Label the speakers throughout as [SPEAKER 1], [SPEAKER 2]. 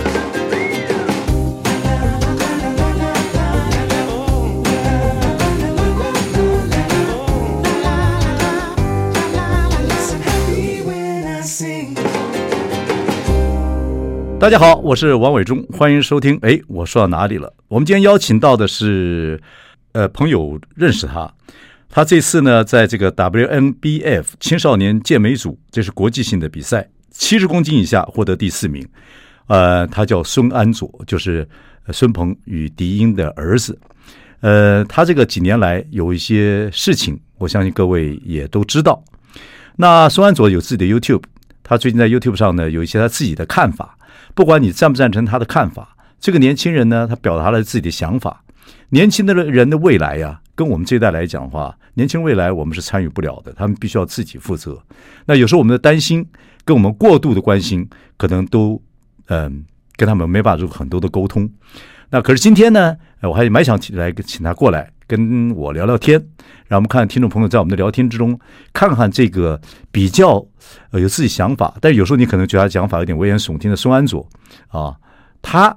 [SPEAKER 1] 大家好，我是王伟忠，欢迎收听。哎，我说到哪里了？我们今天邀请到的是，呃，朋友认识他，他这次呢，在这个 WNBF 青少年健美组，这是国际性的比赛，七十公斤以下获得第四名。呃，他叫孙安佐，就是呃孙鹏与迪英的儿子。呃，他这个几年来有一些事情，我相信各位也都知道。那孙安佐有自己的 YouTube，他最近在 YouTube 上呢有一些他自己的看法。不管你赞不赞成他的看法，这个年轻人呢，他表达了自己的想法。年轻的人的未来呀，跟我们这一代来讲的话，年轻未来我们是参与不了的，他们必须要自己负责。那有时候我们的担心跟我们过度的关心，可能都嗯、跟他们没办法做很多的沟通。那可是今天呢，呃我还蛮想请来请他过来跟我聊聊天，让我们看听众朋友在我们的聊天之中，看看这个比较呃有自己想法，但是有时候你可能觉得他讲法有点危言耸听的孙安佐啊，他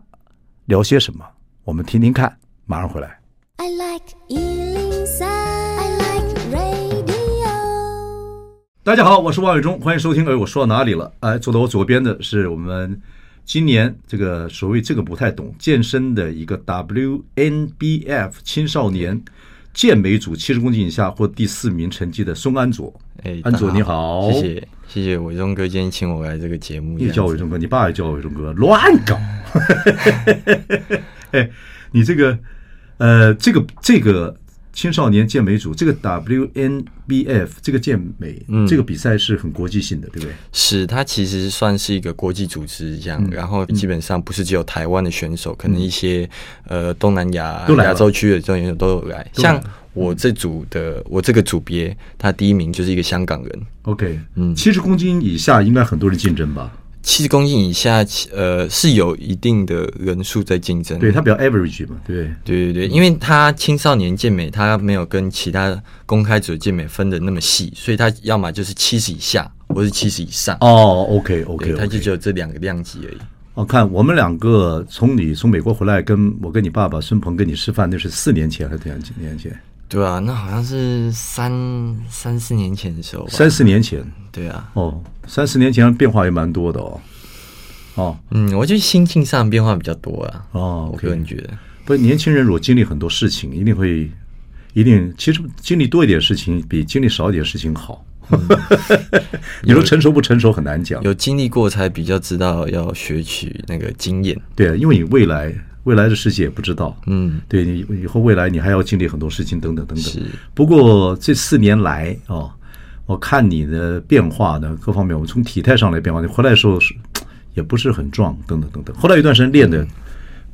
[SPEAKER 1] 聊些什么，我们听听看，马上回来。
[SPEAKER 2] I like Ealing Sound. I like radio.
[SPEAKER 1] 大家好，我是王伟忠，欢迎收听。哎，我说到哪里了？哎，坐到我左边的是我们今年这个所谓这个不太懂健身的一个 WNBF 青少年健美组七十公斤以下获第四名成绩的宋安佐。
[SPEAKER 3] 哎，
[SPEAKER 1] 安佐
[SPEAKER 3] 大家
[SPEAKER 1] 你好，
[SPEAKER 3] 谢谢谢谢伟忠哥今天请我来这个节目，
[SPEAKER 1] 你也
[SPEAKER 3] 这
[SPEAKER 1] 叫
[SPEAKER 3] 样
[SPEAKER 1] 伟
[SPEAKER 3] 子
[SPEAKER 1] 忠哥，你爸也叫伟忠哥，乱搞。 哎，你这个呃，这个这个青少年健美组，这个 WNBF 这个健美、
[SPEAKER 3] 嗯
[SPEAKER 1] 这个比赛是很国际性的，对不对？
[SPEAKER 3] 是它其实算是一个国际组织这样，
[SPEAKER 1] 嗯
[SPEAKER 3] 然后基本上不是只有台湾的选手，可能一些呃东南亚
[SPEAKER 1] 都来了
[SPEAKER 3] 亚洲区的这种选手都有来，
[SPEAKER 1] 都来了
[SPEAKER 3] 像。我这组的，我这个组别，他第一名就是一个香港人，
[SPEAKER 1] OK，嗯，七十公斤以下应该很多人竞争吧？
[SPEAKER 3] 七十公斤以下，呃，是有一定的人数在竞争。
[SPEAKER 1] 对，他比较 average 嘛，对不对。
[SPEAKER 3] 对对对，因为他青少年健美，他没有跟其他公开组的健美分的那么细，所以他要么就是七十以下，或是七十以上。
[SPEAKER 1] 哦，OK
[SPEAKER 3] 对
[SPEAKER 1] OK，
[SPEAKER 3] 它就只有这两个量级而已。
[SPEAKER 1] 哦，看我们两个从你从美国回来，跟我跟你爸爸孙鹏跟你吃饭，那是四年前还是两年前？
[SPEAKER 3] 对啊，那好像是三三四年前的时候吧。
[SPEAKER 1] 三四年前
[SPEAKER 3] 对啊，
[SPEAKER 1] 哦，三四年前变化也蛮多的哦。哦，
[SPEAKER 3] 嗯，我觉得心境上变化比较多啊。
[SPEAKER 1] 哦
[SPEAKER 3] 我
[SPEAKER 1] OK
[SPEAKER 3] 个人觉得，
[SPEAKER 1] 不，年轻人如果经历很多事情，一定会，一定其实经历多一点事情比经历少一点事情好。 你说成熟不成熟很难讲，
[SPEAKER 3] 有经历过才比较知道要学取那个经验。
[SPEAKER 1] 对，因为你未来未来的世界也不知道，
[SPEAKER 3] 嗯，
[SPEAKER 1] 对你以后未来你还要经历很多事情等等等
[SPEAKER 3] 是
[SPEAKER 1] 等。不过这四年来哦，我看你的变化呢，各方面，我们从体态上来变化，你回来的时候是也不是很壮，等等等等。后来有一段时间练的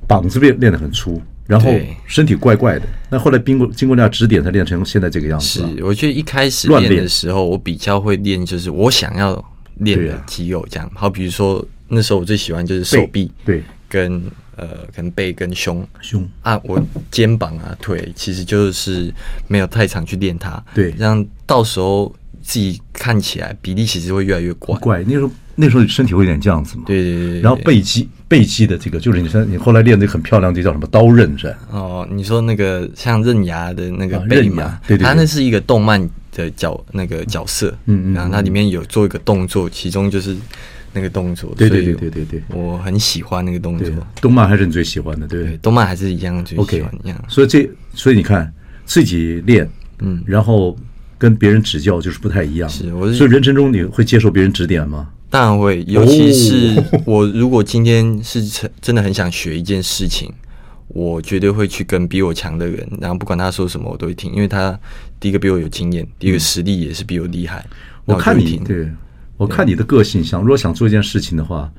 [SPEAKER 1] 膀子练练得很粗，然后
[SPEAKER 3] 嗯对
[SPEAKER 1] 身体怪怪的。那后来经过经过那指点，才练成现在这个样子
[SPEAKER 3] 是
[SPEAKER 1] 啊。，
[SPEAKER 3] 我觉得一开始
[SPEAKER 1] 乱
[SPEAKER 3] 练
[SPEAKER 1] 练
[SPEAKER 3] 的时候，我比较会练，就是我想要练
[SPEAKER 1] 对
[SPEAKER 3] 的
[SPEAKER 1] 啊
[SPEAKER 3] 肌肉这样。好，比如说那时候我最喜欢就是手臂
[SPEAKER 1] 对
[SPEAKER 3] 跟呃，可能背跟胸。
[SPEAKER 1] 胸
[SPEAKER 3] 啊，我肩膀啊、腿，其实就是没有太常去练它，
[SPEAKER 1] 对
[SPEAKER 3] 让到时候自己看起来比例其实会越来越怪。
[SPEAKER 1] 怪，那时候那时候身体会有点这样子嘛。
[SPEAKER 3] 对对对对
[SPEAKER 1] 然后背肌背肌的这个，就是你说你后来练的很漂亮，这叫什么刀刃是吧？
[SPEAKER 3] 哦，你说那个像刃牙的那个
[SPEAKER 1] 啊
[SPEAKER 3] 背
[SPEAKER 1] 刃
[SPEAKER 3] 嘛，
[SPEAKER 1] 牙对对
[SPEAKER 3] 它
[SPEAKER 1] 对
[SPEAKER 3] 那是一个动漫的角那个角色，
[SPEAKER 1] 嗯嗯
[SPEAKER 3] 然后它里面有做一个动作，其中就是那个动作，
[SPEAKER 1] 对对
[SPEAKER 3] 所以
[SPEAKER 1] 对对对对
[SPEAKER 3] 我很喜欢那个动
[SPEAKER 1] 对
[SPEAKER 3] 作。，
[SPEAKER 1] 动漫还是你最喜欢的，对不
[SPEAKER 3] 对，
[SPEAKER 1] 对
[SPEAKER 3] 动漫还是一样最喜
[SPEAKER 1] ？OK，
[SPEAKER 3] 欢一样。
[SPEAKER 1] 所以这所以你看自己练，
[SPEAKER 3] 嗯
[SPEAKER 1] 然后跟别人指教就是不太一样。
[SPEAKER 3] 是我是
[SPEAKER 1] 所以人生中你会接受别人指点吗？
[SPEAKER 3] 当然会，尤其是
[SPEAKER 1] 哦
[SPEAKER 3] 我如果今天是成真的很想学一件事情，我绝对会去跟比我强的人，然后不管他说什么我都会听，因为他第一个比我有经验，第一个实力也是比我厉害。
[SPEAKER 1] 嗯我看
[SPEAKER 3] 然后
[SPEAKER 1] 你
[SPEAKER 3] 就会听
[SPEAKER 1] 对，我看你的个性像，如果想做一件事情的话，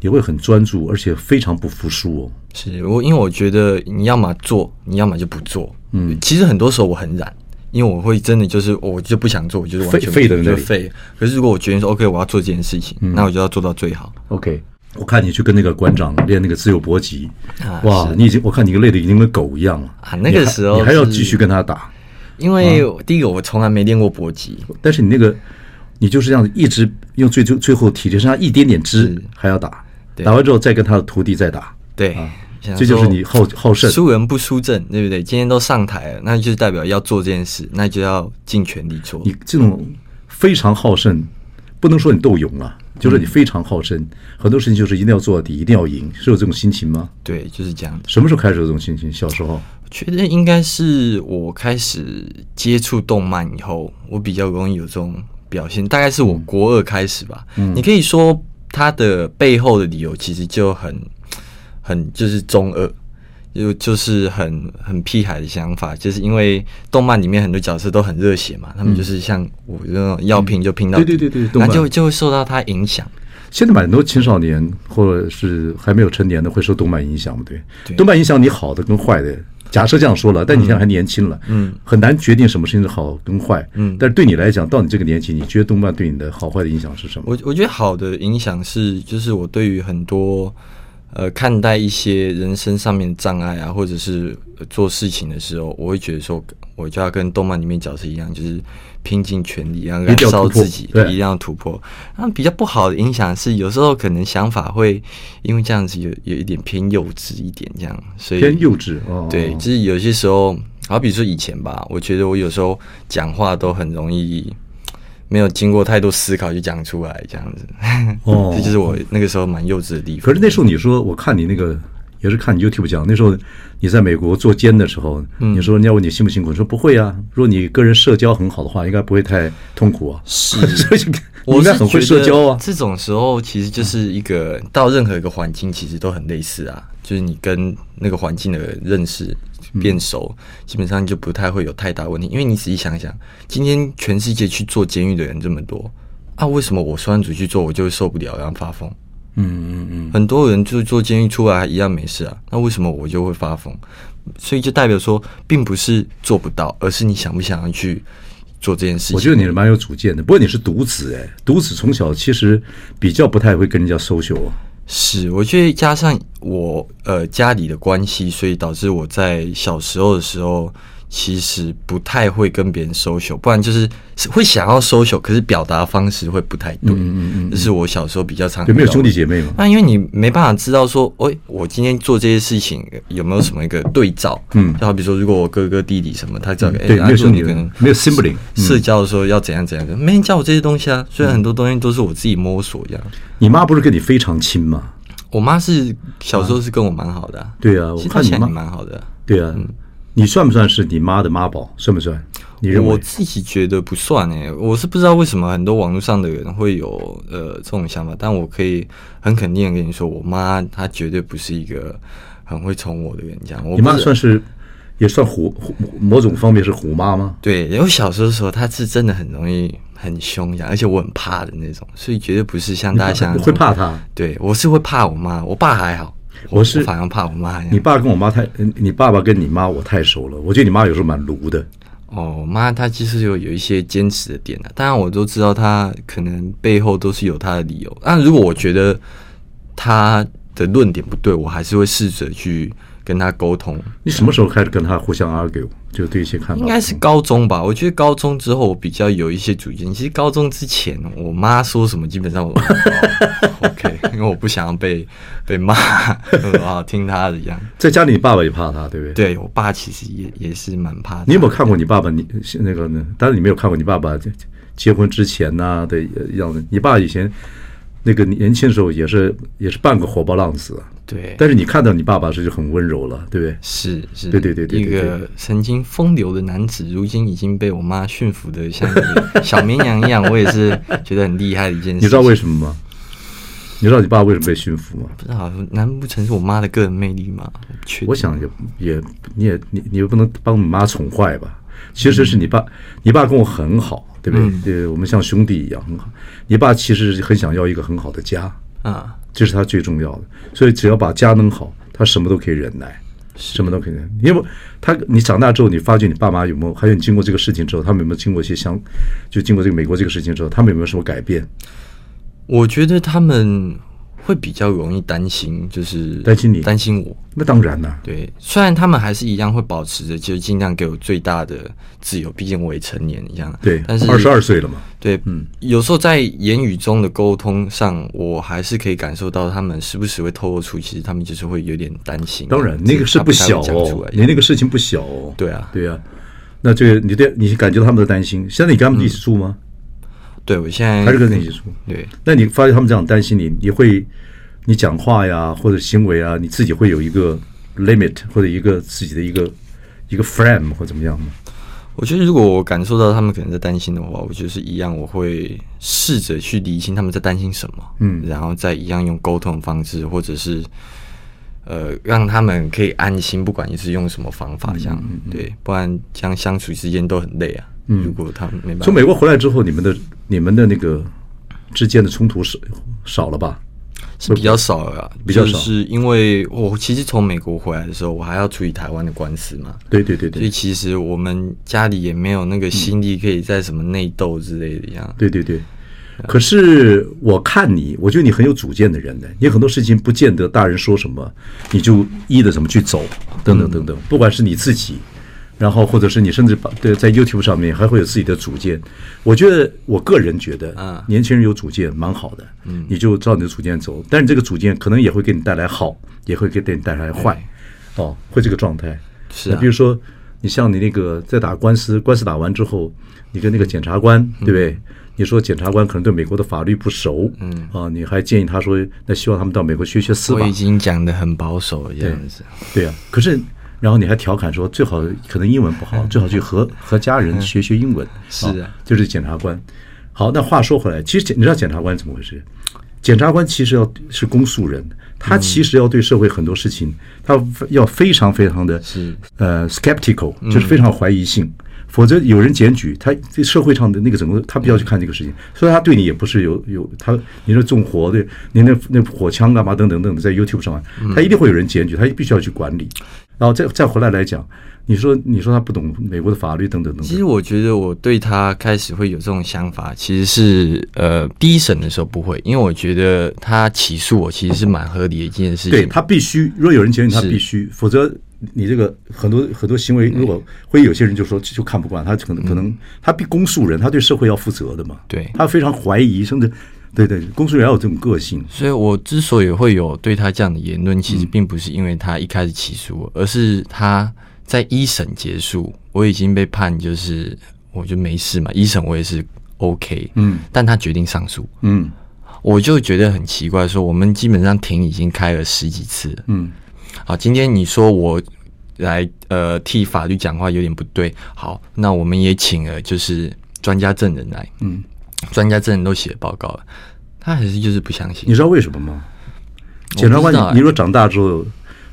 [SPEAKER 1] 你会很专注，而且非常不服输哦。
[SPEAKER 3] 是我，因为我觉得你要么做，你要么就不做。嗯，其实很多时候我很懒，因为我会真的就是我就不想做，我就是完全
[SPEAKER 1] 废废的
[SPEAKER 3] 就
[SPEAKER 1] 那里嗯
[SPEAKER 3] 废。可是如果我决定说 OK，我要做这件事情，那我就要做到最好。
[SPEAKER 1] OK，我看你去跟那个馆长练那个自由搏击，
[SPEAKER 3] 啊
[SPEAKER 1] 哇，
[SPEAKER 3] 是
[SPEAKER 1] 你已经我看你累的已经跟狗一样了
[SPEAKER 3] 啊那个
[SPEAKER 1] 你还
[SPEAKER 3] 时候
[SPEAKER 1] 你还要
[SPEAKER 3] 是
[SPEAKER 1] 继续跟他啊打，
[SPEAKER 3] 因为第一个我从来没练过搏击，
[SPEAKER 1] 但是你那个你就是这样子一直用最最最后体力剩下一点点汁
[SPEAKER 3] 是
[SPEAKER 1] 还要打，
[SPEAKER 3] 对
[SPEAKER 1] 打完之后再跟他的徒弟再打，
[SPEAKER 3] 对，想
[SPEAKER 1] 啊这就是
[SPEAKER 3] 说
[SPEAKER 1] 你好好胜。
[SPEAKER 3] 输人不输阵，对不对？今天都上台了，那就是代表要做这件事，那就要尽全力做。
[SPEAKER 1] 你这种非常好胜，不能说你斗勇啊，就是你
[SPEAKER 3] 嗯
[SPEAKER 1] 非常好胜，很多事情就是一定要做到底，一定要赢，是有这种心情吗？
[SPEAKER 3] 对，就是这样子。
[SPEAKER 1] 什么时候开始有这种心情？小时候
[SPEAKER 3] 我觉得应该是我开始接触动漫以后，我比较容易有这种表现，大概是我国二开始吧。
[SPEAKER 1] 嗯
[SPEAKER 3] 你可以说它的背后的理由其实就很很就是中二。就就是很很屁孩的想法，就是因为动漫里面很多角色都很热血嘛，他们就是像我这种要拼就拼到
[SPEAKER 1] 嗯
[SPEAKER 3] 底、
[SPEAKER 1] 嗯对对对对动
[SPEAKER 3] 然
[SPEAKER 1] 漫
[SPEAKER 3] 后就就会受到它影响。
[SPEAKER 1] 现在蛮多青少年或者是还没有成年的会受动漫影响，对不对？
[SPEAKER 3] 对
[SPEAKER 1] 动漫影响你好的跟坏的。假设这样说了，但你现在还年轻了，
[SPEAKER 3] 嗯，
[SPEAKER 1] 很难决定什么事情是好跟坏，
[SPEAKER 3] 嗯
[SPEAKER 1] 但是对你来讲，到你这个年纪，你觉得动漫对你的好坏的影响是什么？
[SPEAKER 3] 我我觉得好的影响是，就是我对于很多呃看待一些人生上面的障碍啊，或者是呃做事情的时候，我会觉得说，我就要跟动漫里面角色一样，就是拼尽全力，然后
[SPEAKER 1] 一定要
[SPEAKER 3] 燃烧
[SPEAKER 1] 突破
[SPEAKER 3] 自己，
[SPEAKER 1] 对
[SPEAKER 3] 一定要突破。那比较不好的影响是，有时候可能想法会因为这样子有有一点偏幼稚一点，这样，所以
[SPEAKER 1] 偏幼稚哦，
[SPEAKER 3] 对，就是有些时候，好比说以前吧，我觉得我有时候讲话都很容易没有经过太多思考就讲出来这样子。
[SPEAKER 1] 哦
[SPEAKER 3] 这就是我那个时候蛮幼稚的地方。
[SPEAKER 1] 可是那时候你说，我看你那个也是看你 YouTube 讲，那时候你在美国做监的时候，
[SPEAKER 3] 嗯
[SPEAKER 1] 你说人家问你辛不辛苦，你说不会啊。如果你个人社交很好的话，应该不会太痛苦啊。
[SPEAKER 3] 是。
[SPEAKER 1] 所以你
[SPEAKER 3] 嗯我
[SPEAKER 1] 应
[SPEAKER 3] 是
[SPEAKER 1] 该很会社交啊
[SPEAKER 3] 觉得。这种时候其实就是一个到任何一个环境，其实都很类似啊。就是你跟那个环境的认识变熟，
[SPEAKER 1] 嗯
[SPEAKER 3] 基本上就不太会有太大问题。因为你仔细想想，今天全世界去做监狱的人这么多啊，为什么我酸主去做，我就会受不了，然后发疯？
[SPEAKER 1] 嗯嗯嗯，
[SPEAKER 3] 很多人就是坐监狱出来还一样没事啊，那为什么我就会发疯？所以就代表说，并不是做不到，而是你想不想要去做这件事情。
[SPEAKER 1] 我觉得你是蛮有主见的。不过你是独子哎，独子从小其实比较不太会跟人家 social 啊。
[SPEAKER 3] 是，我觉得加上我呃家里的关系，所以导致我在小时候的时候，其实不太会跟别人 social，不然就是是会想要 social，可是表达方式会不太对。
[SPEAKER 1] 嗯嗯
[SPEAKER 3] 这是我小时候比较常
[SPEAKER 1] 就没有
[SPEAKER 3] 遇到
[SPEAKER 1] 兄弟
[SPEAKER 3] 的
[SPEAKER 1] 姐妹嘛？
[SPEAKER 3] 那因为你没办法知道说，哎、我今天做这些事情有没有什么一个对照？
[SPEAKER 1] 嗯
[SPEAKER 3] 就好比说，如果我哥哥弟弟什么，他找个、
[SPEAKER 1] 嗯
[SPEAKER 3] 哎，
[SPEAKER 1] 对
[SPEAKER 3] 那
[SPEAKER 1] 没有
[SPEAKER 3] 如果你
[SPEAKER 1] 兄弟
[SPEAKER 3] 可能
[SPEAKER 1] 没有 sibling，嗯
[SPEAKER 3] 社交的时候要怎样怎样，没人教我这些东西啊。虽然很多东西都是我自己摸索一样。
[SPEAKER 1] 你妈不是跟你非常亲吗？
[SPEAKER 3] 我妈是小时候是跟我蛮好的、啊
[SPEAKER 1] 对啊我
[SPEAKER 3] 其实
[SPEAKER 1] 看
[SPEAKER 3] 她
[SPEAKER 1] 你
[SPEAKER 3] 现在
[SPEAKER 1] 妈
[SPEAKER 3] 也蛮好的啊、
[SPEAKER 1] 对啊，你算不算是你妈的妈宝？算不算？你认
[SPEAKER 3] 我
[SPEAKER 1] 为？
[SPEAKER 3] 自己觉得不算诶、我是不知道为什么很多网络上的人会有呃这种想法，但我可以很肯定的跟你说，我妈她绝对不是一个很会宠我的人，这样。我
[SPEAKER 1] 你
[SPEAKER 3] 不
[SPEAKER 1] 妈
[SPEAKER 3] 是
[SPEAKER 1] 算是也算虎虎某种方面是虎妈吗？
[SPEAKER 3] 对，因为小时候的时候，他是真的很容易很凶这样，而且我很怕的那种，所以绝对不是像大家想
[SPEAKER 1] 你
[SPEAKER 3] 象
[SPEAKER 1] 会怕
[SPEAKER 3] 中。
[SPEAKER 1] 她？
[SPEAKER 3] 对，啊我是会怕我妈，我爸还好，
[SPEAKER 1] 我是
[SPEAKER 3] 反而怕我妈这
[SPEAKER 1] 你
[SPEAKER 3] 样。
[SPEAKER 1] 爸跟我妈太，呃你爸爸跟你妈我太熟了，我觉得你妈有时候蛮卢的。
[SPEAKER 3] 哦，我妈她其实有有一些坚持的点啊，当然我都知道她可能背后都是有她的理由。但如果我觉得她的论点不对，我还是会试着去跟她沟通。
[SPEAKER 1] 你什么时候开始跟他互相 argue？就对一些看法，
[SPEAKER 3] 应该是高中吧，我觉得高中之后我比较有一些主见。其实高中之前，我妈说什么基本上我 都 OK，因为我不想要被被骂， 我好听她的一样。
[SPEAKER 1] 在家里，你爸爸也怕他，对不对？。
[SPEAKER 3] 对我爸其实也也是蛮怕的。
[SPEAKER 1] 你有没有看过你爸爸？你是那个呢？当然你没有看过你爸爸结结婚之前呐、的样子。你爸以前那个年轻的时候也是也是半个火爆浪子，啊
[SPEAKER 3] 对，
[SPEAKER 1] 但是你看到你爸爸时就很温柔了，对不对？
[SPEAKER 3] 是是，
[SPEAKER 1] 对对对对对
[SPEAKER 3] 一个曾经风流的男子，如今已经被我妈驯服的像一 个小绵羊一样，我也是觉得很厉害的一件事情。
[SPEAKER 1] 你知道为什么吗？你知道你爸为什么被驯服吗？
[SPEAKER 3] 不知道，难不成是我妈的个人魅力吗？我不确定
[SPEAKER 1] 我想也也你也你你又不能帮你妈宠坏吧？其实是你爸，你爸跟我很好，对不对？对，我们像兄弟一样很好。你爸其实很想要一个很好的家，
[SPEAKER 3] 啊，
[SPEAKER 1] 这是他最重要的。所以只要把家弄好，他什么都可以忍耐，
[SPEAKER 3] 是
[SPEAKER 1] 什么都可以忍耐。因为他你长大之后，你发觉你爸妈有没有，还有你经过这个事情之后，他们有没有经过一些相，就经过这个美国这个事情之后，他们有没有什么改变？
[SPEAKER 3] 我觉得他们会比较容易担心，就是
[SPEAKER 1] 担心你
[SPEAKER 3] 担心我。
[SPEAKER 1] 那当然了、
[SPEAKER 3] 对，虽然他们还是一样会保持着，就是尽量给我最大的自由，毕竟我也成年一样。
[SPEAKER 1] 对
[SPEAKER 3] 但是，
[SPEAKER 1] 二十二岁了嘛，
[SPEAKER 3] 对，嗯，有时候在言语中的沟通上，我还是可以感受到他们时不时会透露出，其实他们就是会有点担心。
[SPEAKER 1] 当然那个是
[SPEAKER 3] 他不太会
[SPEAKER 1] 小
[SPEAKER 3] 讲出
[SPEAKER 1] 哦
[SPEAKER 3] 来，
[SPEAKER 1] 你那个事情不小哦。
[SPEAKER 3] 对啊
[SPEAKER 1] 对啊，那这个你对你感觉到他们的担心，现在你跟他们一起住吗？
[SPEAKER 3] 对我现在
[SPEAKER 1] 还是跟你一起住？
[SPEAKER 3] 对
[SPEAKER 1] 那你发现他们这样担心你，你会你讲话呀或者行为啊，你自己会有一个 limit 或者一个自己的一个一个 frame 或怎么样吗？
[SPEAKER 3] 我觉得，如果我感受到他们可能在担心的话，我就是一样，我会试着去理清他们在担心什么，
[SPEAKER 1] 嗯
[SPEAKER 3] 然后再一样用沟通的方式，或者是呃让他们可以安心，不管你是用什么方法，这样、
[SPEAKER 1] 嗯
[SPEAKER 3] 对，不然这样相处之间都很累啊。嗯如果他们没办法，
[SPEAKER 1] 从美国回来之后，你们的你们的那个之间的冲突少少了吧？
[SPEAKER 3] 是比较少了啊，
[SPEAKER 1] 比较少
[SPEAKER 3] 就是因为我其实从美国回来的时候，我还要处理台湾的官司嘛，
[SPEAKER 1] 对对对
[SPEAKER 3] 所以
[SPEAKER 1] 对
[SPEAKER 3] 其实我们家里也没有那个心力可以在什么内斗之类的一样。
[SPEAKER 1] 对对对。可是我看你，我觉得你很有主见的人呢。你很多事情不见得大人说什么，你就依着怎么去走，等
[SPEAKER 3] 嗯
[SPEAKER 1] 等等等。不管是你自己，然后或者是你甚至把对在 YouTube 上面还会有自己的主见。我觉得我个人觉得
[SPEAKER 3] 啊，嗯
[SPEAKER 1] 年轻人有主见蛮好的，你就照你的主见走。但是这个主见可能也会给你带来好，也会给你带来坏，哦，会这个状态。
[SPEAKER 3] 哎是
[SPEAKER 1] 那
[SPEAKER 3] 啊
[SPEAKER 1] 比如说，你像你那个在打官司，官司打完之后，你跟那个检察官，对
[SPEAKER 3] 嗯
[SPEAKER 1] 不对？你说检察官可能对美国的法律不熟，嗯啊，你还建议他说，那希望他们到美国学学司
[SPEAKER 3] 我
[SPEAKER 1] 法
[SPEAKER 3] 已，经讲的很保守的样子。
[SPEAKER 1] 对呀、可是，然后你还调侃说，最好可能英文不好，最好去 和和家人学学英文。
[SPEAKER 3] 嗯是啊
[SPEAKER 1] 就是检察官。好，那话说回来，其实检你知道检察官怎么回事？检察官其实要是公诉人，他其实要对社会很多事情，他要非常非常的
[SPEAKER 3] 是
[SPEAKER 1] 呃 skeptical，就是非常怀疑性。否则有人检举他，这社会上的那个整个他不要去看这个事情，所以他对你也不是有有他，您的纵火的，您的那火枪干嘛等等等等，在 YouTube 上啊，他一定会有人检举，他必须要去管理。然后再再回来来讲，你说你说他不懂美国的法律等等等
[SPEAKER 3] 其
[SPEAKER 1] 等，
[SPEAKER 3] 实我觉得我对他开始会有这种想法，其实是呃第一审的时候不会，因为我觉得他起诉我其实是蛮合理的一件事情。
[SPEAKER 1] 对他必须，如果有人检举他
[SPEAKER 3] 是
[SPEAKER 1] 必须，否则你这个很多很多行为，如果会有些人就说就看不惯他，可能可能他必公诉人，他对社会要负责的嘛，
[SPEAKER 3] 对
[SPEAKER 1] 他非常怀疑，甚至对对，公诉人要有这种个性，
[SPEAKER 3] 所以我之所以会有对他这样的言论，其
[SPEAKER 1] 嗯
[SPEAKER 3] 实并不是因为他一开始起诉我，而是他在一审结束，我已经被判就是我就没事嘛，一审我也是 OK，
[SPEAKER 1] 嗯
[SPEAKER 3] 但他决定上诉，
[SPEAKER 1] 嗯
[SPEAKER 3] 我就觉得很奇怪，说我们基本上庭已经开了十几次了，
[SPEAKER 1] 嗯，
[SPEAKER 3] 好，今天你说我来呃替法律讲话有点不对，好，那我们也请了就是专家证人来，
[SPEAKER 1] 嗯，
[SPEAKER 3] 专家证人都写报告了，他还是就是不相信
[SPEAKER 1] 你。知道为什么吗？检察官，
[SPEAKER 3] 我不知道哎
[SPEAKER 1] 你你如果长大之后，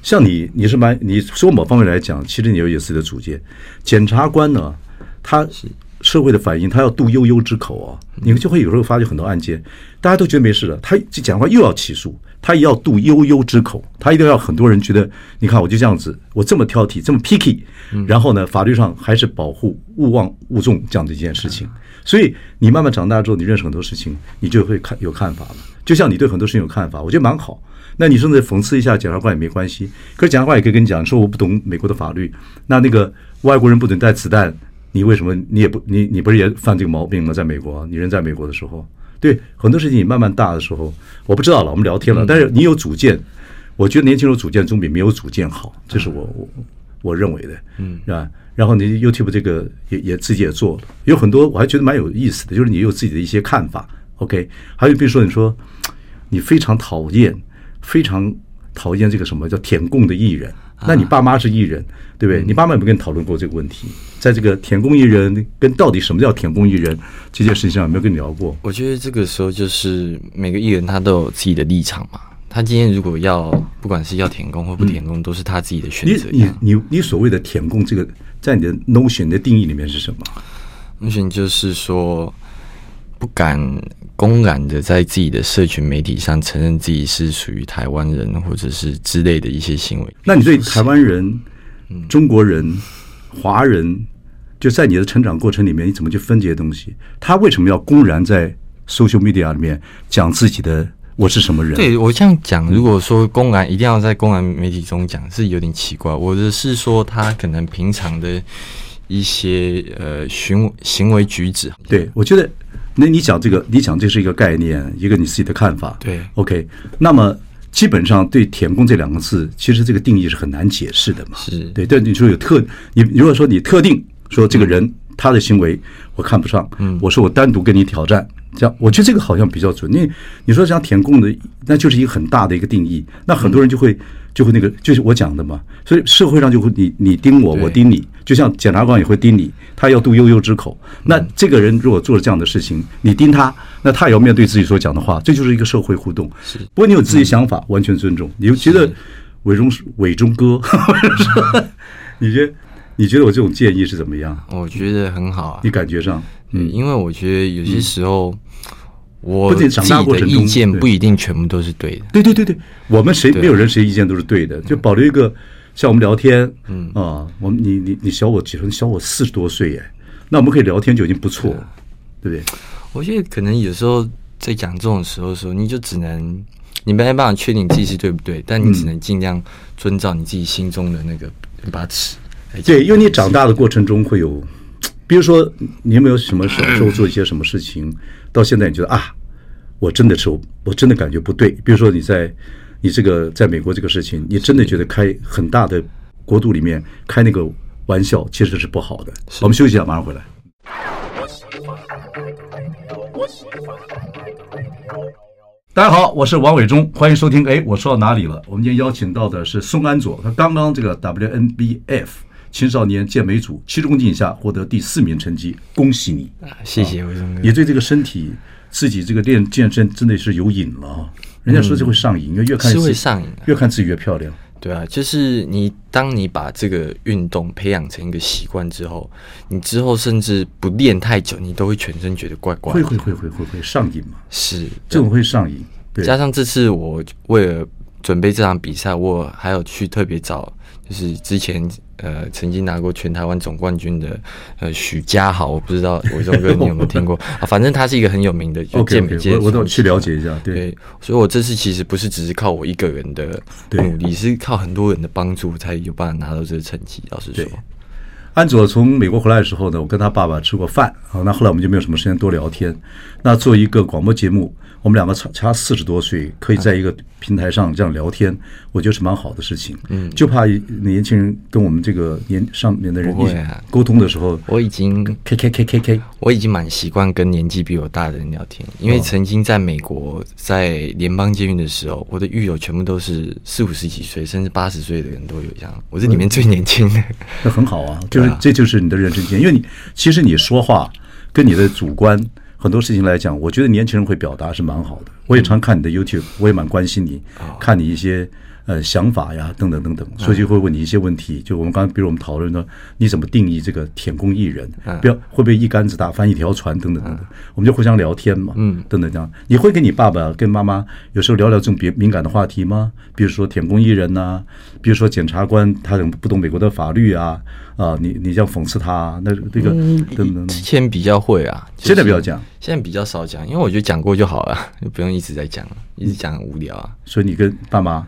[SPEAKER 1] 像你，你是蛮，你说某方面来讲，其实你有有自己的主见。检察官呢，他社会的反应，他要渡悠悠之口啊，
[SPEAKER 3] 嗯
[SPEAKER 1] 你就会有时候发觉很多案件，大家都觉得没事了，他这检察官又要起诉，他也要渡悠悠之口，他一定要很多人觉得，你看我就这样子，我这么挑剔，这么 picky，然
[SPEAKER 3] 嗯
[SPEAKER 1] 后呢，法律上还是保护勿忘勿重这样的一件事
[SPEAKER 3] 嗯
[SPEAKER 1] 情。所以你慢慢长大之后，你认识很多事情，你就会看有看法了。就像你对很多事情有看法，我觉得蛮好。那你甚至讽刺一下检察官也没关系，可是检察官也可以跟你讲，说我不懂美国的法律，那那个外国人不准带子弹，你为什么你也不你你不是也犯这个毛病吗？在美国，你人在美国的时候，对很多事情你慢慢大的时候，我不知道了，我们聊天了，但是你有主见，我觉得年轻人有主见总比没有主见好，这是我我我认为的，嗯，是吧？然后你 YouTube 这个也也自己也做了，有很多我还觉得蛮有意思的，就是你有自己的一些看法，OK，还有比如说你说。你非常讨厌，非常讨厌这个什么叫舔共的艺人。那你爸妈是艺人，对不对？你爸妈有没有跟你讨论过这个问题？在这个舔共艺人跟到底什么叫舔共艺人这件事情上，有没有跟你聊过？
[SPEAKER 3] 我觉得这个时候就是每个艺人他都有自己的立场嘛，他今天如果要不管是要填空或不填空，都是他自己的
[SPEAKER 1] 哎你啊
[SPEAKER 3] 选择。
[SPEAKER 1] 你你你所谓的舔共，这个在你的 notion 的定义里面是什么？
[SPEAKER 3] 目前就是说不敢公然的在自己的社群媒体上承认自己是属于台湾人或者是之类的一些行为。
[SPEAKER 1] 那你对台湾人、中国人、华人，就在你的成长过程里面，你怎么去分这些东西？他为什么要公然在 social media 里面讲自己的我是什么人。
[SPEAKER 3] 对我这样讲，如果说公然一定要在公然媒体中讲，是有点奇怪。我的是说他可能平常的一些呃行行为举止，
[SPEAKER 1] 对，我觉得那你讲这个，你讲这是一个概念，一个你自己的看法。
[SPEAKER 3] 对
[SPEAKER 1] ，OK，那么基本上对“舔共”这两个字，其实这个定义是很难解释的嘛。
[SPEAKER 3] 是
[SPEAKER 1] 对，但你说有特，你如果说你特定说这个人、他的行为我看不上，嗯，我说我单独跟你挑战。这样，我觉得这个好像比较准。因为你说讲舔共的，那就是一个很大的一个定义。那很多人就会就会那个，就是我讲的嘛。所以社会上就会你你盯我，
[SPEAKER 3] 对
[SPEAKER 1] 我盯你，就像检察官也会盯你，他要度悠悠之口。那这个人如果做了这样的事情，你盯他，那他也要面对自己所讲的话，这就是一个社会互动。不过你有自己想法，完全尊重。你就觉得伟忠是伟忠哥， 你觉得你觉得我这种建议是怎么样？
[SPEAKER 3] 我觉得很好啊
[SPEAKER 1] 你。感觉上，
[SPEAKER 3] 嗯，因为我觉得有些时候、我
[SPEAKER 1] 嗯不仅
[SPEAKER 3] 自
[SPEAKER 1] 长大
[SPEAKER 3] 己
[SPEAKER 1] 过
[SPEAKER 3] 的
[SPEAKER 1] 程
[SPEAKER 3] 意
[SPEAKER 1] 中
[SPEAKER 3] 见
[SPEAKER 1] 对
[SPEAKER 3] 不一定全部都是对的。
[SPEAKER 1] 对对对对，我们谁没有人谁意见都是对的，就保留一个像我们聊天，嗯啊，我们你你你小我几岁？你小我四十多岁耶，那我们可以聊天就已经不错，对不对？
[SPEAKER 3] 我觉得可能有时候在讲这种时候的时候，你就只能你没办法确定自己是对不对，但
[SPEAKER 1] 嗯
[SPEAKER 3] 你只能尽量遵照你自己心中的那个把尺来讲。
[SPEAKER 1] 对，因为你长大的过程中会有，比如说你有没有什么小时候做一些什么事情，到现在你觉得啊，我真的是我我真的感觉不对，比如说你在你这个在美国这个事情，你真的觉得开很大的国度里面开那个玩笑其实是不好的。我们休息一下，马上回来。大家好，我是王伟忠，欢迎收听。哎，我说到哪里了？我们今天邀请到的是宋安佐，他刚刚这个 WNBF 青少年健美组七中竞赛获得第四名成绩，恭喜你！
[SPEAKER 3] 啊谢谢伟忠哥
[SPEAKER 1] 你。对这个身体自己这个练健身真的是有瘾了啊！人家说这会上瘾，因为越看
[SPEAKER 3] 嗯是
[SPEAKER 1] 自己
[SPEAKER 3] 会上瘾的
[SPEAKER 1] 越看自己越漂亮。
[SPEAKER 3] 对啊，就是你当你把这个运动培养成一个习惯之后，你之后甚至不练太久，你都会全身觉得怪怪的。
[SPEAKER 1] 会会会会会会上瘾嘛？
[SPEAKER 3] 是
[SPEAKER 1] 这种会上瘾，对，
[SPEAKER 3] 加上这次我为了准备这场比赛，我还有去特别找，就是之前呃曾经拿过全台湾总冠军的呃许家豪，我不知道伟忠哥你有没有听 过啊？反正他是一个很有名的就
[SPEAKER 1] OK
[SPEAKER 3] 健美
[SPEAKER 1] OK，
[SPEAKER 3] 界
[SPEAKER 1] 我我
[SPEAKER 3] 都
[SPEAKER 1] 都去了解一下，对，
[SPEAKER 3] 对，所以我这次其实不是只是靠我一个人的
[SPEAKER 1] 对
[SPEAKER 3] 努力，是靠很多人的帮助才有办法拿到这个成绩。老实说
[SPEAKER 1] 对，安佐从美国回来的时候呢，我跟他爸爸吃过饭啊，那后来我们就没有什么时间多聊天。那做一个广播节目，我们两个差差四十多岁，可以在一个平台上这样聊天，我觉得是蛮好的事情。嗯，就怕年轻人跟我们这个年上面的人
[SPEAKER 3] 不
[SPEAKER 1] 一
[SPEAKER 3] 会
[SPEAKER 1] 起
[SPEAKER 3] 啊
[SPEAKER 1] 沟通的时候
[SPEAKER 3] 我已经
[SPEAKER 1] ，K K K K K，
[SPEAKER 3] 我已经蛮习惯跟年纪比我大的人聊天，因为曾经在美国在联邦监狱的时候，我的狱友全部都是四五十几岁，甚至八十岁的人都有这样，我是里面最年轻的。
[SPEAKER 1] 那很好啊，就是这就是你的人生经验，因为你其实你说话跟你的主观很多事情来讲，我觉得年轻人会表达是蛮好的。我也常看你的 YouTube，我也蛮关心你，看你一些呃想法呀等等等等，所以就会问你一些问题。就我们刚刚，比如我们讨论呢，你怎么定义这个舔工艺人？
[SPEAKER 3] 嗯
[SPEAKER 1] 不要会不会一竿子打翻一条船等等等等，我们就互相聊天嘛，嗯，等等这样。你会跟你爸爸跟妈妈有时候聊聊这种别敏感的话题吗？比如说舔工艺人呐、比如说检察官他很不懂美国的法律啊，啊，你你这样讽刺他、那那个等等等等
[SPEAKER 3] 之，前比较会啊，就是
[SPEAKER 1] 现在比较讲，
[SPEAKER 3] 现在比较少讲，因为我觉得讲过就好了，就不用一直在讲了，一直讲很无聊啊。
[SPEAKER 1] 所以你跟爸妈，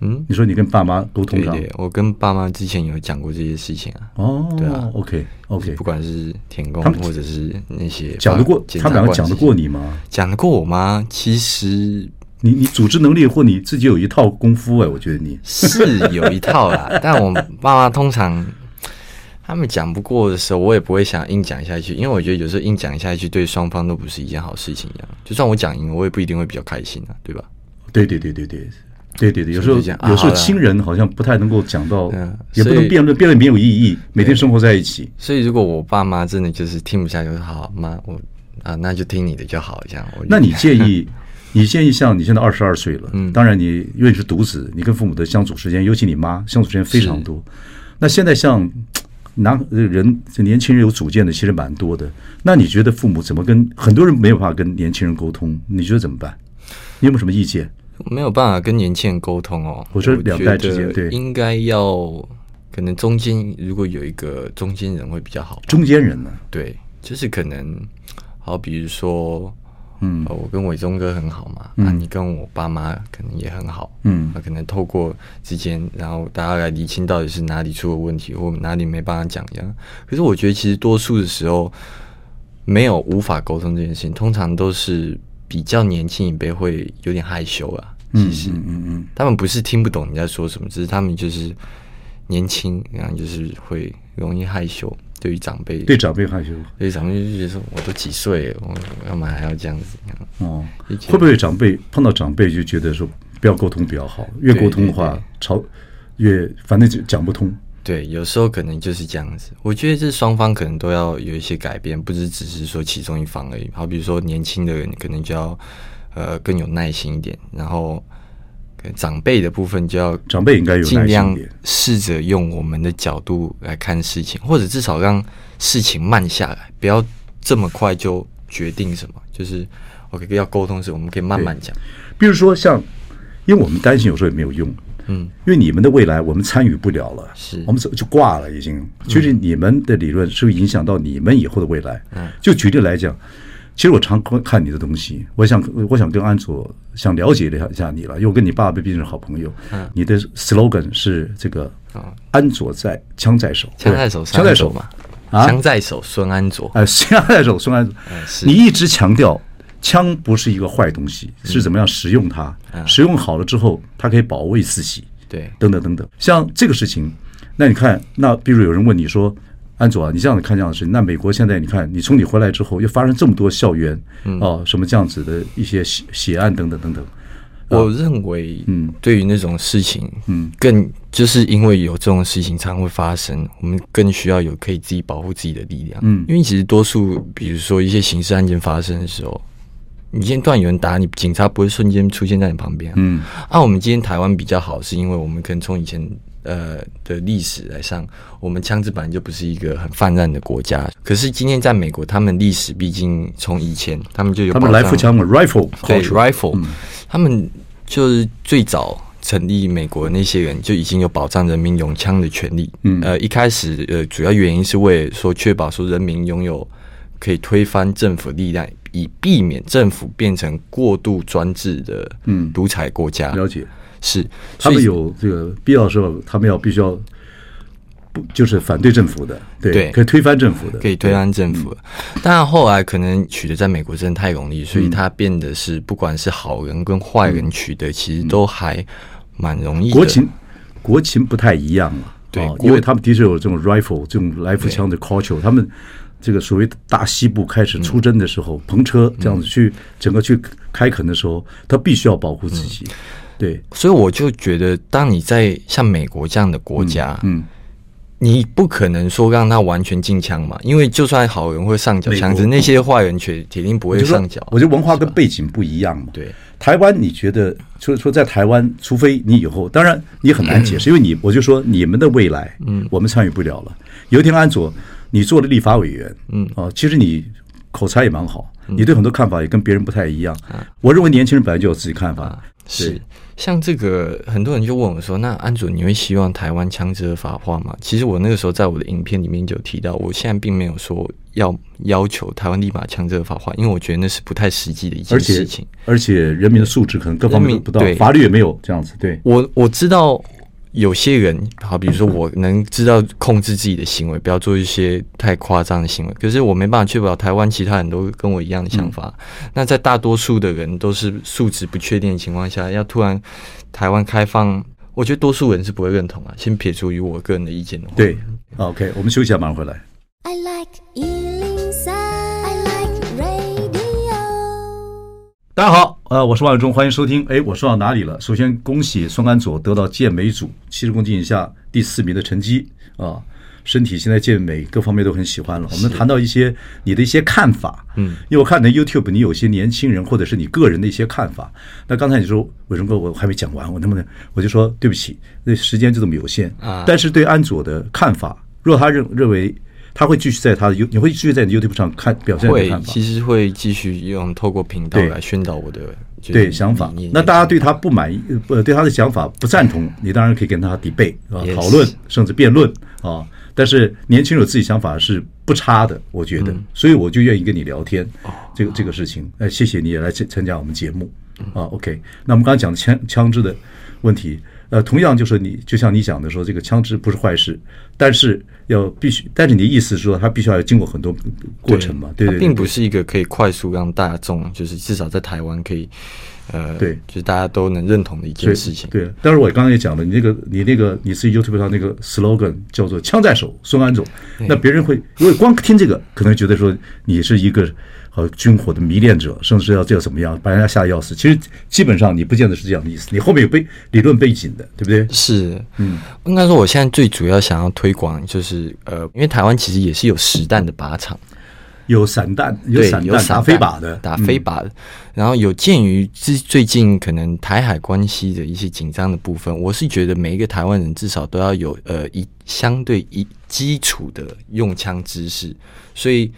[SPEAKER 3] 嗯，
[SPEAKER 1] 你说你跟爸妈沟通啊
[SPEAKER 3] 对
[SPEAKER 1] 上，
[SPEAKER 3] 对，我跟爸妈之前有讲过这些事情啊，
[SPEAKER 1] 哦，
[SPEAKER 3] 对啊
[SPEAKER 1] ，OK
[SPEAKER 3] 就
[SPEAKER 1] OK，
[SPEAKER 3] 是不管是田工
[SPEAKER 1] 他们
[SPEAKER 3] 或者是那些
[SPEAKER 1] 讲得过
[SPEAKER 3] 检察
[SPEAKER 1] 他们两个
[SPEAKER 3] 官
[SPEAKER 1] 讲得
[SPEAKER 3] 之间
[SPEAKER 1] 过，你吗？
[SPEAKER 3] 讲得过我吗？其实
[SPEAKER 1] 你你组织能力或你自己有一套功夫哎，我觉得你
[SPEAKER 3] 是有一套啦， 但我爸妈通常他们讲不过的时候，我也不会想硬讲下去，因为我觉得有时候硬讲下去对双方都不是一件好事情一样。就算我讲赢了，我也不一定会比较开心啊，对吧？
[SPEAKER 1] 对对对对对。对对对，有时候
[SPEAKER 3] 所以就这样啊
[SPEAKER 1] 有时候
[SPEAKER 3] 好了
[SPEAKER 1] 亲人好像不太能够讲到
[SPEAKER 3] 嗯，
[SPEAKER 1] 也不
[SPEAKER 3] 所
[SPEAKER 1] 能
[SPEAKER 3] 以
[SPEAKER 1] 辩论，辩论没有意义。每天生活在一起，
[SPEAKER 3] 所以如果我爸妈真的就是听不下去，我说好妈我啊，那就听你的就好，这样。我就
[SPEAKER 1] 那你建议， 你建议像你现在二十二岁了，
[SPEAKER 3] 嗯
[SPEAKER 1] 当然你因为你是独子，你跟父母的相处时间，尤其你妈相处时间非常多。那现在像男呃人这年轻人有主见的其实蛮多的，那你觉得父母怎么跟很多人没有办法跟年轻人沟通？你觉得怎么办？你有没有什么意见？
[SPEAKER 3] 没有办法跟年轻人沟通哦。
[SPEAKER 1] 我说
[SPEAKER 3] 觉
[SPEAKER 1] 两代之间对
[SPEAKER 3] 得应该要可能中间如果有一个中间人会比较好吧。
[SPEAKER 1] 中间人呢？
[SPEAKER 3] 对，就是可能，好比如说
[SPEAKER 1] 嗯
[SPEAKER 3] 呃我跟伟忠哥很好嘛，啊，
[SPEAKER 1] 嗯
[SPEAKER 3] 你跟我爸妈可能也很好，
[SPEAKER 1] 嗯
[SPEAKER 3] 啊，可能透过之间，然后大家来厘清到底是哪里出了问题，或哪里没办法讲这样。可是我觉得其实多数的时候没有无法沟通这件事情，通常都是比较年轻一辈会有点害羞啊。
[SPEAKER 1] 嗯
[SPEAKER 3] 其实、
[SPEAKER 1] 嗯嗯嗯，
[SPEAKER 3] 他们不是听不懂你在说什么，只是他们就是年轻，然后就是会容易害羞，对于长辈，
[SPEAKER 1] 对长辈害羞
[SPEAKER 3] 所以咱们就觉得说，我都几岁了，我干嘛还要这样子？
[SPEAKER 1] 哦，
[SPEAKER 3] 以前
[SPEAKER 1] 会不会长辈碰到长辈就觉得说不要沟通比较好，越沟通的话
[SPEAKER 3] 对对对
[SPEAKER 1] 吵越反正就讲不通。
[SPEAKER 3] 对，有时候可能就是这样子。我觉得这双方可能都要有一些改变，不是只是说其中一方而已。好，比如说年轻的人可能就要呃更有耐心一点，然后可能长辈的部分就要
[SPEAKER 1] 长辈应该有耐心
[SPEAKER 3] 尽
[SPEAKER 1] 一点
[SPEAKER 3] 量试着用我们的角度来看事情，或者至少让事情慢下来，不要这么快就决定什么。就是 OK 要沟通时，我们可以慢慢讲。
[SPEAKER 1] 比如说像，因为我们担心有时候也没有用，
[SPEAKER 3] 嗯，
[SPEAKER 1] 因为你们的未来我们参与不了了，
[SPEAKER 3] 是
[SPEAKER 1] 我们就就挂了已经。就是你们的理论是会影响到你们以后的未来。嗯，就举例来讲，其实我常观看你的东西，我想我想跟安佐想了解一下你了，因为我跟你爸爸毕竟是好朋友。
[SPEAKER 3] 嗯
[SPEAKER 1] 你的 slogan 是这个
[SPEAKER 3] 啊
[SPEAKER 1] 安佐在，枪在手，
[SPEAKER 3] 枪在手，
[SPEAKER 1] 枪在手
[SPEAKER 3] 嘛，
[SPEAKER 1] 啊
[SPEAKER 3] 枪在手，孙安卓。
[SPEAKER 1] 哎，枪在手，松安手
[SPEAKER 3] 哎是
[SPEAKER 1] 你一直强调枪不是一个坏东西，是怎么样使用它，
[SPEAKER 3] 嗯
[SPEAKER 1] 使用好了之后，它可以保卫自己，
[SPEAKER 3] 对，
[SPEAKER 1] 等等等等。像这个事情，那你看，那比如有人问你说。安佐啊，你这样子看这样的事情，那美国现在你看，你从你回来之后，又发生这么多校园，
[SPEAKER 3] 嗯
[SPEAKER 1] 哦，什么这样子的一些血血案等等等等，
[SPEAKER 3] 我认为，
[SPEAKER 1] 嗯
[SPEAKER 3] 嗯，对于那种事情，
[SPEAKER 1] 嗯
[SPEAKER 3] 嗯，更就是因为有这种事情常会发生，我们更需要有可以自己保护自己的力量。
[SPEAKER 1] 嗯
[SPEAKER 3] 因为其实多数，比如说一些刑事案件发生的时候，你今天突然有人打你，警察不会瞬间出现在你旁边、啊。
[SPEAKER 1] 嗯，
[SPEAKER 3] 啊，我们今天台湾比较好，是因为我们可能从以前呃的历史来上，我们枪支本来就不是一个很泛滥的国家。可是今天在美国，他们历史毕竟从以前他们就有
[SPEAKER 1] 他们
[SPEAKER 3] 保
[SPEAKER 1] 来
[SPEAKER 3] 障
[SPEAKER 1] 福枪嘛，rifle，
[SPEAKER 3] 对
[SPEAKER 1] culture
[SPEAKER 3] rifle，、他们就是最早成立美国的那些人就已经有保障人民拥枪的权利。
[SPEAKER 1] 嗯
[SPEAKER 3] 呃，一开始呃，主要原因是为了说确保说人民拥有可以推翻政府力量，以避免政府变成过度专制的
[SPEAKER 1] 嗯
[SPEAKER 3] 独裁国家。
[SPEAKER 1] 了解。
[SPEAKER 3] 是，
[SPEAKER 1] 他
[SPEAKER 3] 所以
[SPEAKER 1] 们有这个必要的时候，他们要必须要不就是反对政府的，对，
[SPEAKER 3] 对
[SPEAKER 1] 可以推翻政府的，
[SPEAKER 3] 可以推翻政府。
[SPEAKER 1] 嗯
[SPEAKER 3] 但后来可能取得在美国真的太容易，所以它变得是不管是好人跟坏人取得，其实都还蛮容易
[SPEAKER 1] 对。
[SPEAKER 3] 的。
[SPEAKER 1] 嗯国情国情不太一样了，
[SPEAKER 3] 对
[SPEAKER 1] 啊
[SPEAKER 3] 国
[SPEAKER 1] 因为他们的确有这种 rifle 这种来福枪的 culture，他们这个所谓大西部开始出征的时
[SPEAKER 3] 嗯
[SPEAKER 1] 候，篷车这样子去整个去开垦的时候，他必须要保护自
[SPEAKER 3] 嗯
[SPEAKER 1] 己，对，
[SPEAKER 3] 所以我就觉得，当你在像美国这样的国家，
[SPEAKER 1] 嗯，
[SPEAKER 3] 你不可能说让他完全禁枪嘛，因为就算好人会上缴枪
[SPEAKER 1] 美
[SPEAKER 3] 支，
[SPEAKER 1] 国
[SPEAKER 3] 那些坏人却铁定不
[SPEAKER 1] 我
[SPEAKER 3] 会
[SPEAKER 1] 就说
[SPEAKER 3] 上缴。
[SPEAKER 1] 我觉得文化跟背景不一样嘛，
[SPEAKER 3] 对
[SPEAKER 1] 台湾，你觉得就是说在台湾，除非你以后，当然你很难
[SPEAKER 3] 嗯
[SPEAKER 1] 解释，因为你我就说你们的未来，嗯，我们参与不了了。有一天，安佐，你做了立法委员，嗯，啊，其实你口才也蛮好，
[SPEAKER 3] 嗯
[SPEAKER 1] 你对很多看法也跟别人不太一样。
[SPEAKER 3] 啊
[SPEAKER 1] 我认为年轻人本来就有自己看法，
[SPEAKER 3] 是像这个，很多人就问我说：“那安祖，你会希望台湾枪支合法化吗？”其实我那个时候在我的影片里面就有提到，我现在并没有说要要求台湾立马枪支合法化，因为我觉得那是不太实际的一
[SPEAKER 1] 而
[SPEAKER 3] 件
[SPEAKER 1] 且
[SPEAKER 3] 事情。
[SPEAKER 1] 而且人民的素质可能各方面都不到
[SPEAKER 3] 人，民对
[SPEAKER 1] 法律也没有这样子，对，
[SPEAKER 3] 我我知道有些人，好，比如说我能知道控制自己的行为，不要做一些太夸张的行为。可是我没办法确保台湾其他人都跟我一样的想
[SPEAKER 1] 嗯
[SPEAKER 3] 法。那在大多数的人都是素质不确定的情况下，要突然台湾开放，我觉得多数人是不会认同啊。先撇除于我个人的意见的话，
[SPEAKER 1] 对。OK，我们休息一下，马上回来。
[SPEAKER 2] I like Ealing Sound. I like radio.
[SPEAKER 1] 大家好，呃，我是万永忠，欢迎收听。哎，我说到哪里了？首先恭喜宋安佐得到健美组七十公斤以下第四名的成绩啊！身体现在健美各方面都很喜欢了。我们谈到一些你的一些看法，嗯，因为我看你的 YouTube，你有些年轻人或者是你个人的一些看法。那刚才你说伟忠哥，我还没讲完，我能不能我就说对不起，那时间就这么有限
[SPEAKER 3] 啊
[SPEAKER 1] 但是对安佐的看法，若他认认为他会继续在他的 You，你会继续在你 YouTube 上看表现你的
[SPEAKER 3] 会
[SPEAKER 1] 看法，
[SPEAKER 3] 其实会继续用透过频道
[SPEAKER 1] 对
[SPEAKER 3] 来宣导我的就是
[SPEAKER 1] 对想法
[SPEAKER 3] 理念。
[SPEAKER 1] 那大家对他不满意，呃，对他的想法不赞同，你当然可以跟他 debate 啊，
[SPEAKER 3] Yes
[SPEAKER 1] 讨论甚至辩论啊。但是年轻人有自己想法是不差的，我觉
[SPEAKER 3] 嗯
[SPEAKER 1] 得，所以我就愿意跟你聊天。
[SPEAKER 3] 哦
[SPEAKER 1] 这个这个事情，哎，谢谢你也来参参加我们节目啊。OK，那我们刚才讲的枪枪支的问题，呃，同样就是你就像你讲的说，这个枪支不是坏事，但是要必须，但是你的意思是说，它必须要有经过很多过程嘛？对对，对
[SPEAKER 3] 它并不是一个可以快速让大众，就是至少在台湾可以，呃，
[SPEAKER 1] 对
[SPEAKER 3] 就是大家都能认同的一
[SPEAKER 1] 对
[SPEAKER 3] 件事情。
[SPEAKER 1] 对，但是我刚才也讲了，你那个你那个你是 YouTube 上那个 slogan 叫做“枪在手，孙安总”，那别人会因为光听这个，可能觉得说你是一个呃军火的迷恋者，甚至要要怎么样把人家吓得要死。其实基本上你不见得是这样的意思，你后面有背理论背景的，对不对？
[SPEAKER 3] 是，嗯，应该说我现在最主要想要推广就是，呃，因为台湾其实也是有实弹的靶场，
[SPEAKER 1] 有散弹，有
[SPEAKER 3] 对，
[SPEAKER 1] 散
[SPEAKER 3] 有
[SPEAKER 1] 弹打飞靶的，嗯
[SPEAKER 3] 打飞靶的。然后有鉴于最最近可能台海关系的一些紧张的部分，我是觉得每一个台湾人至少都要有呃一相对一基础的用枪知识，所以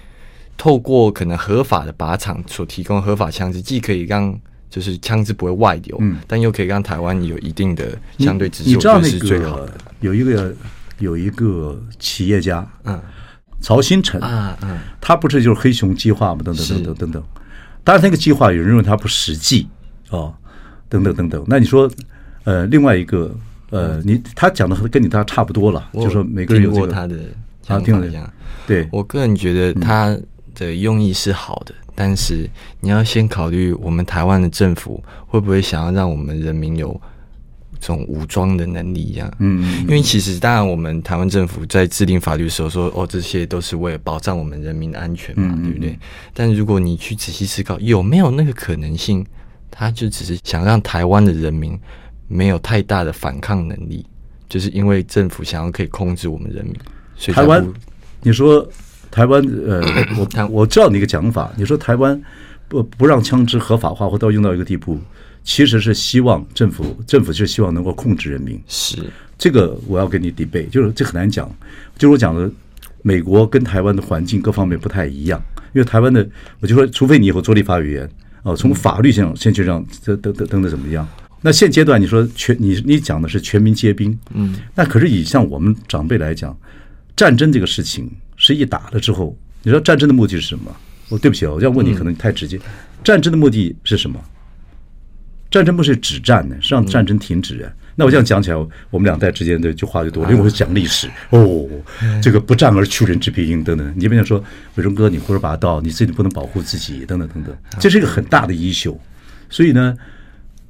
[SPEAKER 3] 透过可能合法的靶场所提供的合法枪支，既可以让就是枪支不会外流，
[SPEAKER 1] 嗯
[SPEAKER 3] 但又可以让台湾有一定的
[SPEAKER 1] 你
[SPEAKER 3] 相对知
[SPEAKER 1] 嗯
[SPEAKER 3] 识，
[SPEAKER 1] 你
[SPEAKER 3] 我
[SPEAKER 1] 知道
[SPEAKER 3] 觉得
[SPEAKER 1] 那
[SPEAKER 3] 是最好
[SPEAKER 1] 个
[SPEAKER 3] 的。
[SPEAKER 1] 有一个有一个企业家
[SPEAKER 3] 嗯
[SPEAKER 1] 曹新成
[SPEAKER 3] 啊嗯，
[SPEAKER 1] 他不是就是黑熊计划嘛，等等
[SPEAKER 3] 是
[SPEAKER 1] 等等等等。当然，那个计划有人认为它不实际哦，等等等等。那你说，呃，另外一个，呃，你他讲的跟你他差不多了，
[SPEAKER 3] 我
[SPEAKER 1] 就说每个人有
[SPEAKER 3] 听
[SPEAKER 1] 这
[SPEAKER 3] 过
[SPEAKER 1] 个
[SPEAKER 3] 他的想
[SPEAKER 1] 听
[SPEAKER 3] 法
[SPEAKER 1] 了
[SPEAKER 3] 这样。
[SPEAKER 1] 对，
[SPEAKER 3] 我个人觉得他
[SPEAKER 1] 嗯
[SPEAKER 3] 的用意是好的，但是你要先考虑我们台湾的政府会不会想要让我们人民有这种武装的能力一样。
[SPEAKER 1] 嗯，嗯
[SPEAKER 3] 因为其实当然，我们台湾政府在制定法律的时候说，哦，这些都是为了保障我们人民的安全嘛，
[SPEAKER 1] 嗯嗯
[SPEAKER 3] 对不对？但如果你去仔细思考，有没有那个可能性，他就只是想让台湾的人民没有太大的反抗能力，就是因为政府想要可以控制我们人民，所以才
[SPEAKER 1] 台湾
[SPEAKER 3] 不
[SPEAKER 1] 你说台湾，呃，我
[SPEAKER 3] 台
[SPEAKER 1] 我知道你一个讲法，你说台湾不不让枪支合法化或到用到一个地步，其实是希望政府政府是希望能够控制人民，
[SPEAKER 3] 是
[SPEAKER 1] 这个我要跟你 debate，就是这很难讲，就是我讲的，美国跟台湾的环境各方面不太一样，因为台湾的，我就说，除非你以后做立法委员，哦、从法律上先去让这等等等等怎么样？那现阶段你说全你你讲的是全民皆兵，嗯，那可是以像我们长辈来讲，战争这个事情是一打了之后，你知道战争的目的是什么？我对不起啊，我这样问你可能太直接，战争的目的是什么？战争不是止战呢，是让战争停止啊。那我这样讲起来，我们两代之间的就话就多了，因为我是讲历史哦，这个不战而屈人之兵等等。你别想说伟忠哥，你胡说八道，你自己不能保护自己等等等等，这是一个很大的衣袖。所以呢，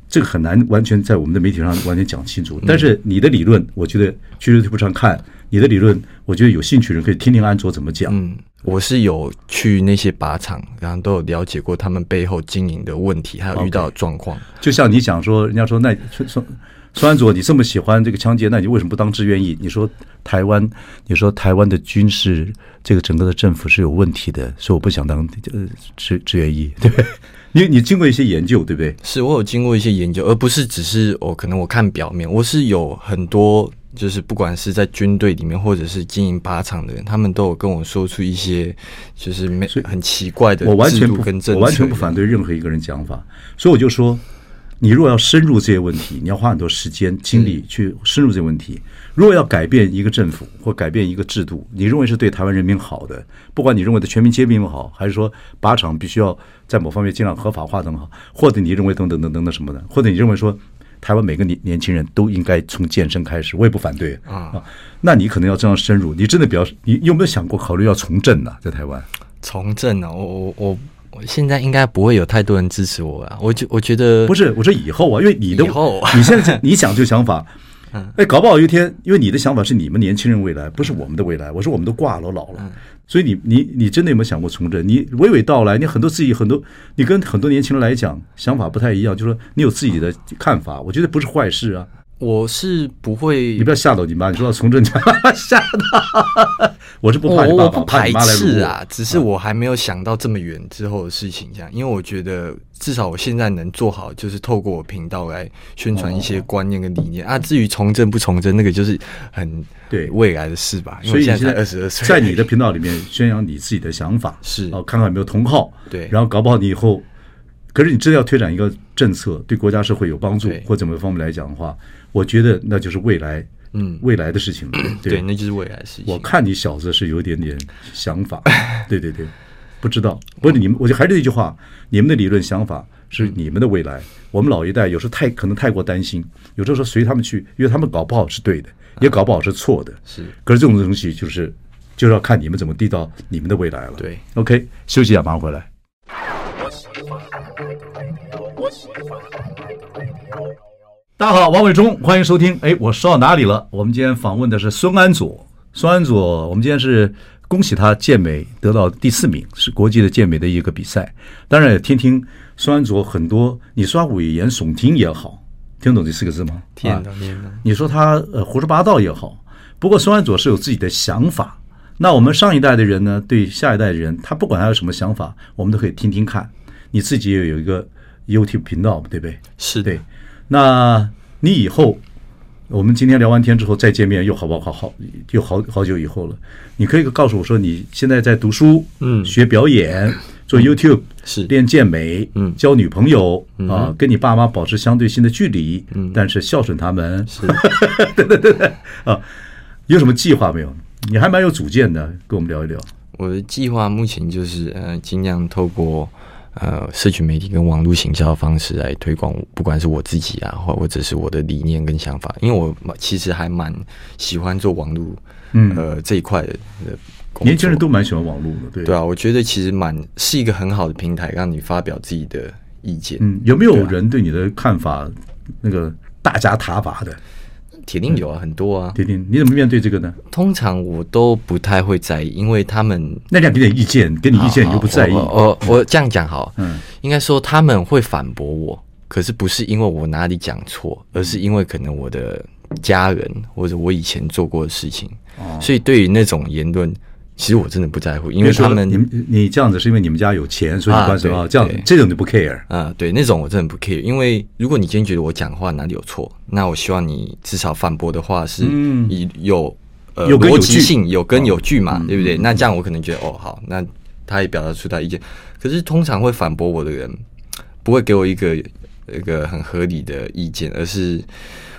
[SPEAKER 1] 这个很难完全在我们的媒体上完全讲清楚。但是你的理论，我觉得去 YouTube 上看你的理论，我觉得有兴趣的人可以听听安卓怎么讲。
[SPEAKER 3] 嗯，我是有去那些靶场，然后都有了解过他们背后经营的问题，还有遇到的状况。
[SPEAKER 1] 就像你讲说，人家说那孙孙孙安佐，你这么喜欢这个枪械，那你为什么不当志愿役？你说台湾，你说台湾的军事这个整个的政府是有问题的，所以我不想当呃志志愿役，对不对？你你经过一些研究，对不对？
[SPEAKER 3] 是我有经过一些研究，而不是只是我、可能我看表面，我是有很多就是不管是在军队里面或者是经营靶场的人，他们都有跟我说出一些就是没
[SPEAKER 1] 所以
[SPEAKER 3] 很奇怪的
[SPEAKER 1] 我完
[SPEAKER 3] 制
[SPEAKER 1] 全
[SPEAKER 3] 度
[SPEAKER 1] 不
[SPEAKER 3] 跟政策，
[SPEAKER 1] 我完全不反对任何一个人讲法，所以我就说，你如果要深入这些问题，你要花很多时间精
[SPEAKER 3] 嗯
[SPEAKER 1] 力去深入这些问题。如果要改变一个政府或改变一个制度，你认为是对台湾人民好的，不管你认为的全民皆兵好，还是说靶场必须要在某方面尽量合法化等好，或者你认为等等等等等什么的，或者你认为说。台湾每个年年轻人都应该从健身开始，我也不反对
[SPEAKER 3] 啊。
[SPEAKER 1] 那你可能要这样深入，你真的比较，你有没有想过考虑要从政呢、啊在台湾，
[SPEAKER 3] 从政啊，我我我我现在应该不会有太多人支持我啊，我觉我觉得
[SPEAKER 1] 不是，我说以后啊，因为你的
[SPEAKER 3] 以后嗯
[SPEAKER 1] 你现在你想这个想 法，哎，搞不好有一天，因为你的想法是你们年轻人未来，不是我们的未来。我说我们都挂了老
[SPEAKER 3] 嗯
[SPEAKER 1] 了，所以你你你真的有没有想过从政？你娓娓道来，你很多自己很多，你跟很多年轻人来讲想法不太一样，就说你有自己的看法，我觉得不是坏事啊。
[SPEAKER 3] 我是不会
[SPEAKER 1] 你不要吓到你妈，你 说要从政，吓到， 我是不怕你
[SPEAKER 3] 我
[SPEAKER 1] 爸
[SPEAKER 3] 我
[SPEAKER 1] 爸，
[SPEAKER 3] 哦不
[SPEAKER 1] 怕
[SPEAKER 3] 排
[SPEAKER 1] 你妈来辱
[SPEAKER 3] 斥
[SPEAKER 1] 我嗯
[SPEAKER 3] 啊，。只是我还没有想到这么远之后的事情，这样，因为我觉得至少我现在能做好，就是透过我频道来宣传一
[SPEAKER 1] 哦
[SPEAKER 3] 些观念跟理念、啊。至于从政不从政，那个就是很
[SPEAKER 1] 对
[SPEAKER 3] 未来的事吧，因
[SPEAKER 1] 所
[SPEAKER 3] 为
[SPEAKER 1] 以
[SPEAKER 3] 我
[SPEAKER 1] 你
[SPEAKER 3] 现
[SPEAKER 1] 现
[SPEAKER 3] 在
[SPEAKER 1] 在
[SPEAKER 3] 才二十 二岁，
[SPEAKER 1] 在你的频道里面宣扬你自己的想法，
[SPEAKER 3] 是
[SPEAKER 1] 哦，看看有没有同好，
[SPEAKER 3] 对
[SPEAKER 1] 然后搞不好你以后，可是你真的要推展一个政策，对国家社会有帮助
[SPEAKER 3] 对
[SPEAKER 1] 或怎么方面来讲的话，我觉得那就是未来
[SPEAKER 3] 嗯，
[SPEAKER 1] 未来的事情了。
[SPEAKER 3] 对，那就是未来的事情。
[SPEAKER 1] 我看你小子是有点点想法， 对对对，不知道，不是你们，我就还是那句话，你们的理论想法是你们的未来，我们老一代有时候太可能太过担心，有时候说随他们去，因为他们搞不好是对的，也搞不好是错的，
[SPEAKER 3] 啊是
[SPEAKER 1] 可是这种东西就是就要看你们怎么递到你们的未来了。
[SPEAKER 3] 对
[SPEAKER 1] ，OK，休息一下，马上回来。大家好，王伟忠，欢迎收听。哎，我说到哪里了？我们今天访问的是孙安佐。孙安佐，我们今天是恭喜他健美得到第四名，是国际的健美的一个比赛。当然也听听孙安佐很多，你说他危言耸听也好，听懂这四个字吗？
[SPEAKER 3] 听得
[SPEAKER 1] 啊
[SPEAKER 3] 懂，听得懂。
[SPEAKER 1] 你说他呃胡说八道也好，不过孙安佐是有自己的想法。那我们上一代的人呢，对下一代的人，他不管他有什么想法，我们都可以听听看。你自己也有一个 YouTube 频道嘛，对不对？
[SPEAKER 3] 是的
[SPEAKER 1] 对，，那你以后，我们今天聊完天之后再见面，又好不好？好，又好好久以后了。你可以告诉我说，你现在在读书，
[SPEAKER 3] 嗯
[SPEAKER 1] 学表演，做 YouTube，
[SPEAKER 3] 是
[SPEAKER 1] 练健美，
[SPEAKER 3] 嗯
[SPEAKER 1] 交女朋友啊，跟你爸妈保持相对性的距离，
[SPEAKER 3] 嗯
[SPEAKER 1] 但是孝顺他们
[SPEAKER 3] 是
[SPEAKER 1] 啊。有什么计划没有？你还蛮有主见的，跟我们聊一聊。
[SPEAKER 3] 我的计划目前就是呃，尽量透过呃社群媒体跟网络行销的方式来推广，不管是我自己啊，或或者是我的理念跟想法，因为我蛮其实还蛮喜欢做网络，
[SPEAKER 1] 嗯
[SPEAKER 3] 呃这一块的的工作
[SPEAKER 1] 年轻人都蛮喜欢网络的，对
[SPEAKER 3] 对啊，我觉得其实蛮是一个很好的平台，让你发表自己的意见。
[SPEAKER 1] 嗯，有没有
[SPEAKER 3] 对啊
[SPEAKER 1] 人对你的看法那个大加挞伐的？
[SPEAKER 3] 铁定有啊，很多啊。
[SPEAKER 1] 婷婷，你怎么面对这个呢？
[SPEAKER 3] 通常我都不太会在意，因为他们
[SPEAKER 1] 那人家给点意见，给你意见你又不在意，
[SPEAKER 3] 好好我我我这样讲好，
[SPEAKER 1] 嗯
[SPEAKER 3] 应该说他们会反驳我，可是不是因为我哪里讲错，
[SPEAKER 1] 嗯
[SPEAKER 3] 而是因为可能我的家人或者我以前做过的事情，
[SPEAKER 1] 哦
[SPEAKER 3] 所以对于那种言论，其实我真的不在乎，因
[SPEAKER 1] 因
[SPEAKER 3] 为他
[SPEAKER 1] 你
[SPEAKER 3] 们。
[SPEAKER 1] 们你这样子是因为你们家有钱，所以你
[SPEAKER 3] 啊
[SPEAKER 1] 关心
[SPEAKER 3] 对
[SPEAKER 1] 啊，这样
[SPEAKER 3] 对
[SPEAKER 1] 这种你不 care。
[SPEAKER 3] 啊、对，那种我真的不 care，因为如果你今天觉得我讲话哪里有错，那我希望你至少反驳的话是
[SPEAKER 1] 嗯
[SPEAKER 3] 以有、呃
[SPEAKER 1] 有根有
[SPEAKER 3] 逻
[SPEAKER 1] 据
[SPEAKER 3] 辑性、有根有据嘛，
[SPEAKER 1] 嗯
[SPEAKER 3] 对不对？那这样我可能觉得哦，好，那他也表达出他意见。可是通常会反驳我的人，不会给我一个一个很合理的意见，而是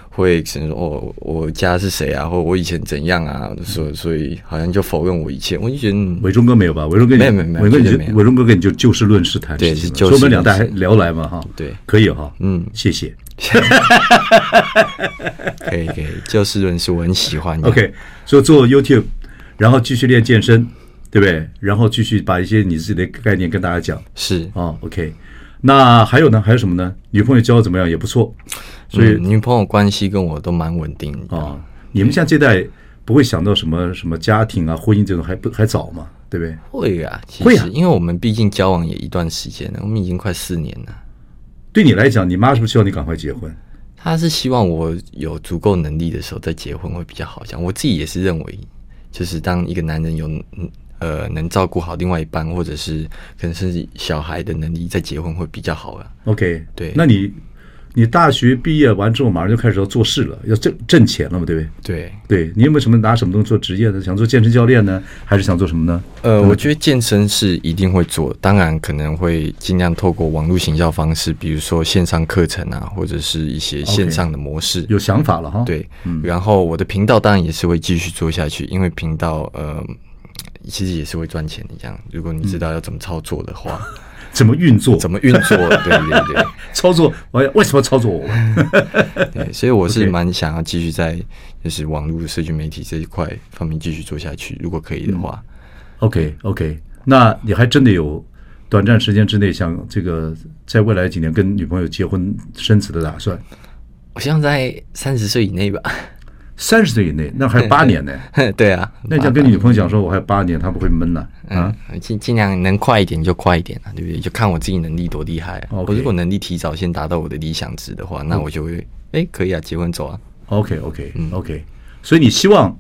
[SPEAKER 3] 会可能说哦，我家是谁啊，或我以前怎样啊，
[SPEAKER 1] 嗯
[SPEAKER 3] 所所以好像就否认我一切，我就觉得嗯
[SPEAKER 1] 伟忠哥没有吧？伟忠哥你，
[SPEAKER 3] 没有没有没有
[SPEAKER 1] 伟忠哥
[SPEAKER 3] 绝
[SPEAKER 1] 你
[SPEAKER 3] 对没
[SPEAKER 1] 就
[SPEAKER 3] 有
[SPEAKER 1] 伟忠哥跟你就就事论事谈事
[SPEAKER 3] 对
[SPEAKER 1] 情
[SPEAKER 3] 是
[SPEAKER 1] 了，
[SPEAKER 3] 就
[SPEAKER 1] 所以我们
[SPEAKER 3] 事
[SPEAKER 1] 两代还
[SPEAKER 3] 论事
[SPEAKER 1] 聊来嘛哈，
[SPEAKER 3] 对
[SPEAKER 1] 可以哈，
[SPEAKER 3] 嗯
[SPEAKER 1] 谢谢。
[SPEAKER 3] 可以可以，就事论事，我很喜欢的。
[SPEAKER 1] OK，所以做 YouTube，然后继续练健身，对不对？然后继续把一些你自己的概念跟大家讲
[SPEAKER 3] 是
[SPEAKER 1] 啊。OK，那还有呢？还有什么呢？女朋友交的怎么样？也不错，所以
[SPEAKER 3] 嗯、女朋友关系跟我都蛮稳定的。
[SPEAKER 1] 啊，你们像这代不会想到什么什么家庭啊、婚姻这种，还不还早嘛，对不对？
[SPEAKER 3] 会啊，其
[SPEAKER 1] 会
[SPEAKER 3] 实、
[SPEAKER 1] 啊
[SPEAKER 3] 因为我们毕竟交往也一段时间了，我们已经快四年了。
[SPEAKER 1] 对你来讲，你妈是不是希望你赶快结婚？
[SPEAKER 3] 她是希望我有足够能力的时候再结婚会比较好讲。我自己也是认为，就是当一个男人有嗯呃能照顾好另外一半，或者是可能甚至小孩的能力，再结婚会比较好啊。
[SPEAKER 1] OK，
[SPEAKER 3] 对
[SPEAKER 1] 那你你大学毕业完之后，马上就开始要做事了，要挣挣钱了嘛，对不对？
[SPEAKER 3] 对，
[SPEAKER 1] 对你有没有什么拿什么东西做职业呢？想做健身教练呢，还是想做什么呢？
[SPEAKER 3] 呃，我觉得健身是一定会做，当然可能会尽量透过网络行销方式，比如说线上课程啊，或者是一些
[SPEAKER 1] OK
[SPEAKER 3] 线上的模式。
[SPEAKER 1] 有想法了哈。，
[SPEAKER 3] 对，
[SPEAKER 1] 嗯
[SPEAKER 3] 然后我的频道当然也是会继续做下去，因为频道呃，其实也是会赚钱的。这样，如果你知道要怎么操作的话，
[SPEAKER 1] 怎么运作？
[SPEAKER 3] 怎
[SPEAKER 1] 么
[SPEAKER 3] 么运作，对对对
[SPEAKER 1] 操作？我为什么操作我？
[SPEAKER 3] 对，所以我是
[SPEAKER 1] OK
[SPEAKER 3] 蛮想要继续在就是网络社群媒体这一块方面继续做下去，如果可以的
[SPEAKER 1] 嗯
[SPEAKER 3] 话。
[SPEAKER 1] OK OK，那你还真的有短暂时间之内想这个在未来几年跟女朋友结婚生子的打算？
[SPEAKER 3] 我希望在三十岁以内吧。
[SPEAKER 1] 三十岁以内，那还有八年呢。
[SPEAKER 3] 对啊，
[SPEAKER 1] 那你要跟你女朋友讲说，我还有八年，她不会闷呐啊？
[SPEAKER 3] 嗯，尽尽量能快一点就快一点啊，对不对？就看我自己能力多厉害、啊。
[SPEAKER 1] 哦 OK 嗯
[SPEAKER 3] 我如果能力提早先达到我的理想值的话，那我就会，哎、可以啊，结婚走啊。
[SPEAKER 1] OK OK OK，所以你希望，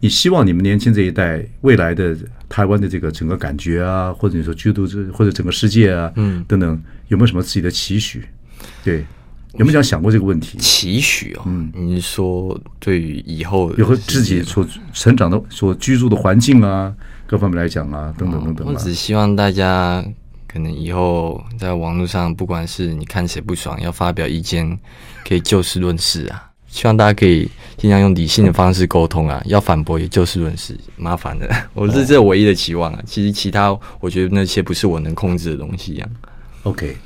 [SPEAKER 1] 你希望你们年轻这一代未来的台湾的这个整个感觉啊，或者你说居住这或者整个世界啊，嗯，等等，有没有什么自己的期许？对，有没有想想过这个问题？
[SPEAKER 3] 期许哦，你是说对于以后
[SPEAKER 1] 以后
[SPEAKER 3] 的
[SPEAKER 1] 嗯自己
[SPEAKER 3] 世界
[SPEAKER 1] 所成长的、所居住的环境啊，各方面来讲啊，等等等等
[SPEAKER 3] 哦我
[SPEAKER 1] 啊。
[SPEAKER 3] 只希望大家可能以后在网络上，不管是你看谁不爽，要发表意见，可以就事论事啊。希望大家可以尽量用理性的方式沟通啊，要反驳也就事论事，麻烦了。 我是这唯一的期望啊，其实其他我觉得那些不是我能控制的东西啊。
[SPEAKER 1] OK，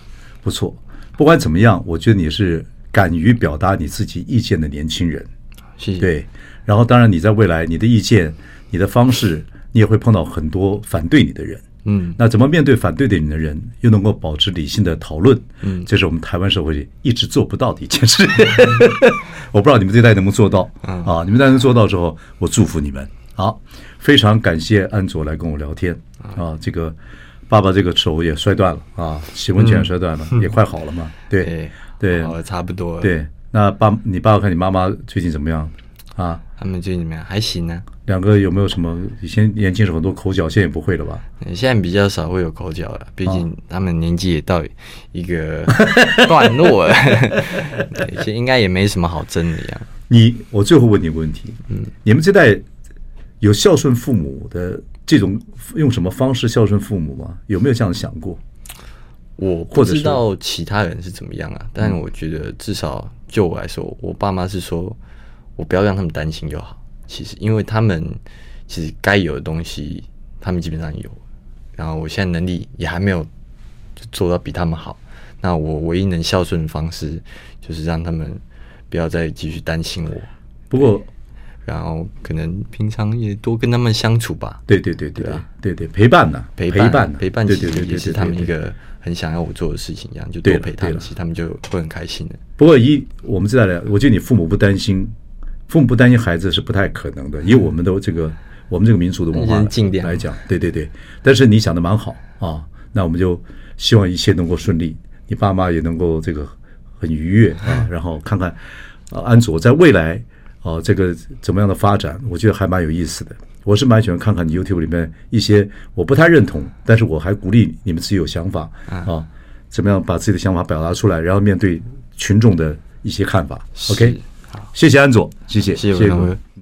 [SPEAKER 1] 不错。不管怎么样，我觉得你是敢于表达你自己意见的年轻人。
[SPEAKER 3] 谢谢。，
[SPEAKER 1] 对，然后当然你在未来你的意见、你的方式，你也会碰到很多反对你的人。
[SPEAKER 3] 嗯，
[SPEAKER 1] 那怎么面对反对的你的人，又能够保持理性的讨论？嗯，这是我们台湾社会一直做不到的一件事。我不知道你们这代能不能做到、啊？你们这代能做到之后，我祝福你们。好，非常感谢安卓来跟我聊天啊。这个爸爸这个手也摔断了啊，洗温泉摔断了，也快好了嘛。对
[SPEAKER 3] 哎，
[SPEAKER 1] 对
[SPEAKER 3] 好了，差不多了。，
[SPEAKER 1] 对。那爸，你爸爸看你妈妈最近怎么样啊？
[SPEAKER 3] 他们最近怎么样？还行啊。
[SPEAKER 1] 两个有没有什么以前年轻时候很多口角，现在也不会了吧？
[SPEAKER 3] 嗯现在比较少会有口角了，毕竟他们年纪也到一个 段落了，对其实应该也没什么好争的呀。
[SPEAKER 1] 你，我最后问你个问题，嗯，你们这代有孝顺父母的这种用什么方式孝顺父母吗？有没有这样想过？
[SPEAKER 3] 我
[SPEAKER 1] 或
[SPEAKER 3] 不
[SPEAKER 1] 者是
[SPEAKER 3] 知道其他人是怎么样啊，但我觉得至少就我来说，我爸妈是说我不要让他们担心就好。其实，因为他们其实该有的东西，他们基本上有，然后我现在能力也还没有就做到比他们好。那我唯一能孝顺的方式，就是让他们不要再继续担心我，
[SPEAKER 1] 不过，
[SPEAKER 3] 然后可能平常也多跟他们相处吧，
[SPEAKER 1] 对对对对
[SPEAKER 3] 对
[SPEAKER 1] 对
[SPEAKER 3] 啊
[SPEAKER 1] 对对，陪伴呢，
[SPEAKER 3] 陪
[SPEAKER 1] 伴
[SPEAKER 3] 伴
[SPEAKER 1] 陪
[SPEAKER 3] 陪伴
[SPEAKER 1] 对
[SPEAKER 3] 其
[SPEAKER 1] 对对
[SPEAKER 3] 实
[SPEAKER 1] 对，
[SPEAKER 3] 也是他们
[SPEAKER 1] 对
[SPEAKER 3] 一。
[SPEAKER 1] 对对
[SPEAKER 3] 个很想要我做的事情，一样就
[SPEAKER 1] 对
[SPEAKER 3] 多
[SPEAKER 1] 了
[SPEAKER 3] 陪他
[SPEAKER 1] 对了
[SPEAKER 3] 们，其实他们就会很开心的。
[SPEAKER 1] 不过以我们这代来，我觉得你父母不担心，父母不担心孩子是不太可能的，以我们的这个我们这个民族的文化
[SPEAKER 3] 人尽量
[SPEAKER 1] 来讲，对对对。但是你想的蛮好啊，那我们就希望一切能够顺利，你爸妈也能够这个很愉悦啊，然后看看、啊、安卓在未来啊这个怎么样的发展，我觉得还蛮有意思的。我是蛮喜欢看看你 YouTube 里面一些我不太认同，但是我还鼓励你们自己有想法啊，怎么样把自己的想法表达出来，然后面对群众的一些看法。OK，谢谢安佐，谢谢，
[SPEAKER 3] 谢谢
[SPEAKER 1] 各
[SPEAKER 3] 文
[SPEAKER 1] 位
[SPEAKER 3] 文。